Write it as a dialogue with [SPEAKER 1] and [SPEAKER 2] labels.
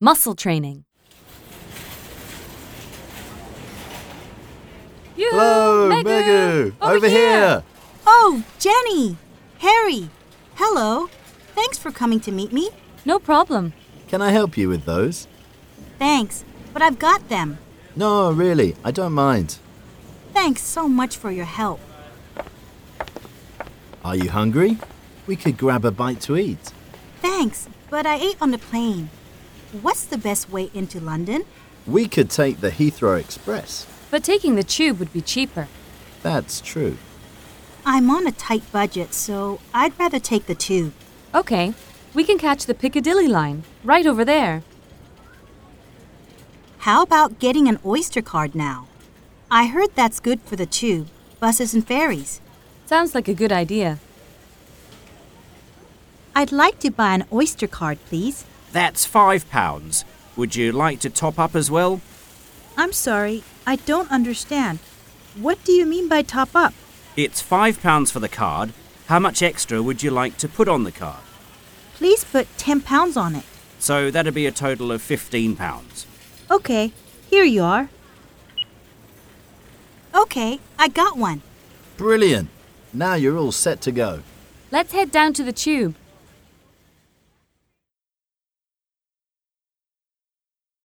[SPEAKER 1] Muscle training.
[SPEAKER 2] Yoo-hoo,
[SPEAKER 3] Hello,
[SPEAKER 2] Magoo,
[SPEAKER 3] Magoo! Over, here!
[SPEAKER 4] Oh, Jenny! Harry! Hello! Thanks for coming to meet me.
[SPEAKER 1] No problem.
[SPEAKER 3] Can I help you with those?
[SPEAKER 4] Thanks, but I've got them.
[SPEAKER 3] No, really, I don't mind.
[SPEAKER 4] Thanks so much for your help.
[SPEAKER 3] Are you hungry? We could grab a bite to eat.
[SPEAKER 4] Thanks, but I ate on the plane. What's the best way into London?
[SPEAKER 3] We could take the Heathrow Express.
[SPEAKER 1] But taking the tube would be cheaper.
[SPEAKER 3] That's true.
[SPEAKER 4] I'm on a tight budget, so I'd rather take the tube.
[SPEAKER 1] Okay, we can catch the Piccadilly line right over there.
[SPEAKER 4] How about getting an Oyster card now? I heard that's good for the tube, buses, and ferries.
[SPEAKER 1] Sounds like a good idea.
[SPEAKER 4] I'd like to buy an Oyster card, please.
[SPEAKER 5] That's £5. Would you like to top up as well?
[SPEAKER 4] I'm sorry, I don't understand. What do you mean by top up?
[SPEAKER 5] It's £5 for the card. How much extra would you like to put on the card?
[SPEAKER 4] Please put 10 pounds on it.
[SPEAKER 5] So that'd be a total of £15.
[SPEAKER 4] Okay, here you are. Okay, I got one.
[SPEAKER 3] Brilliant! Now you're all set to go.
[SPEAKER 1] Let's head down to the tube.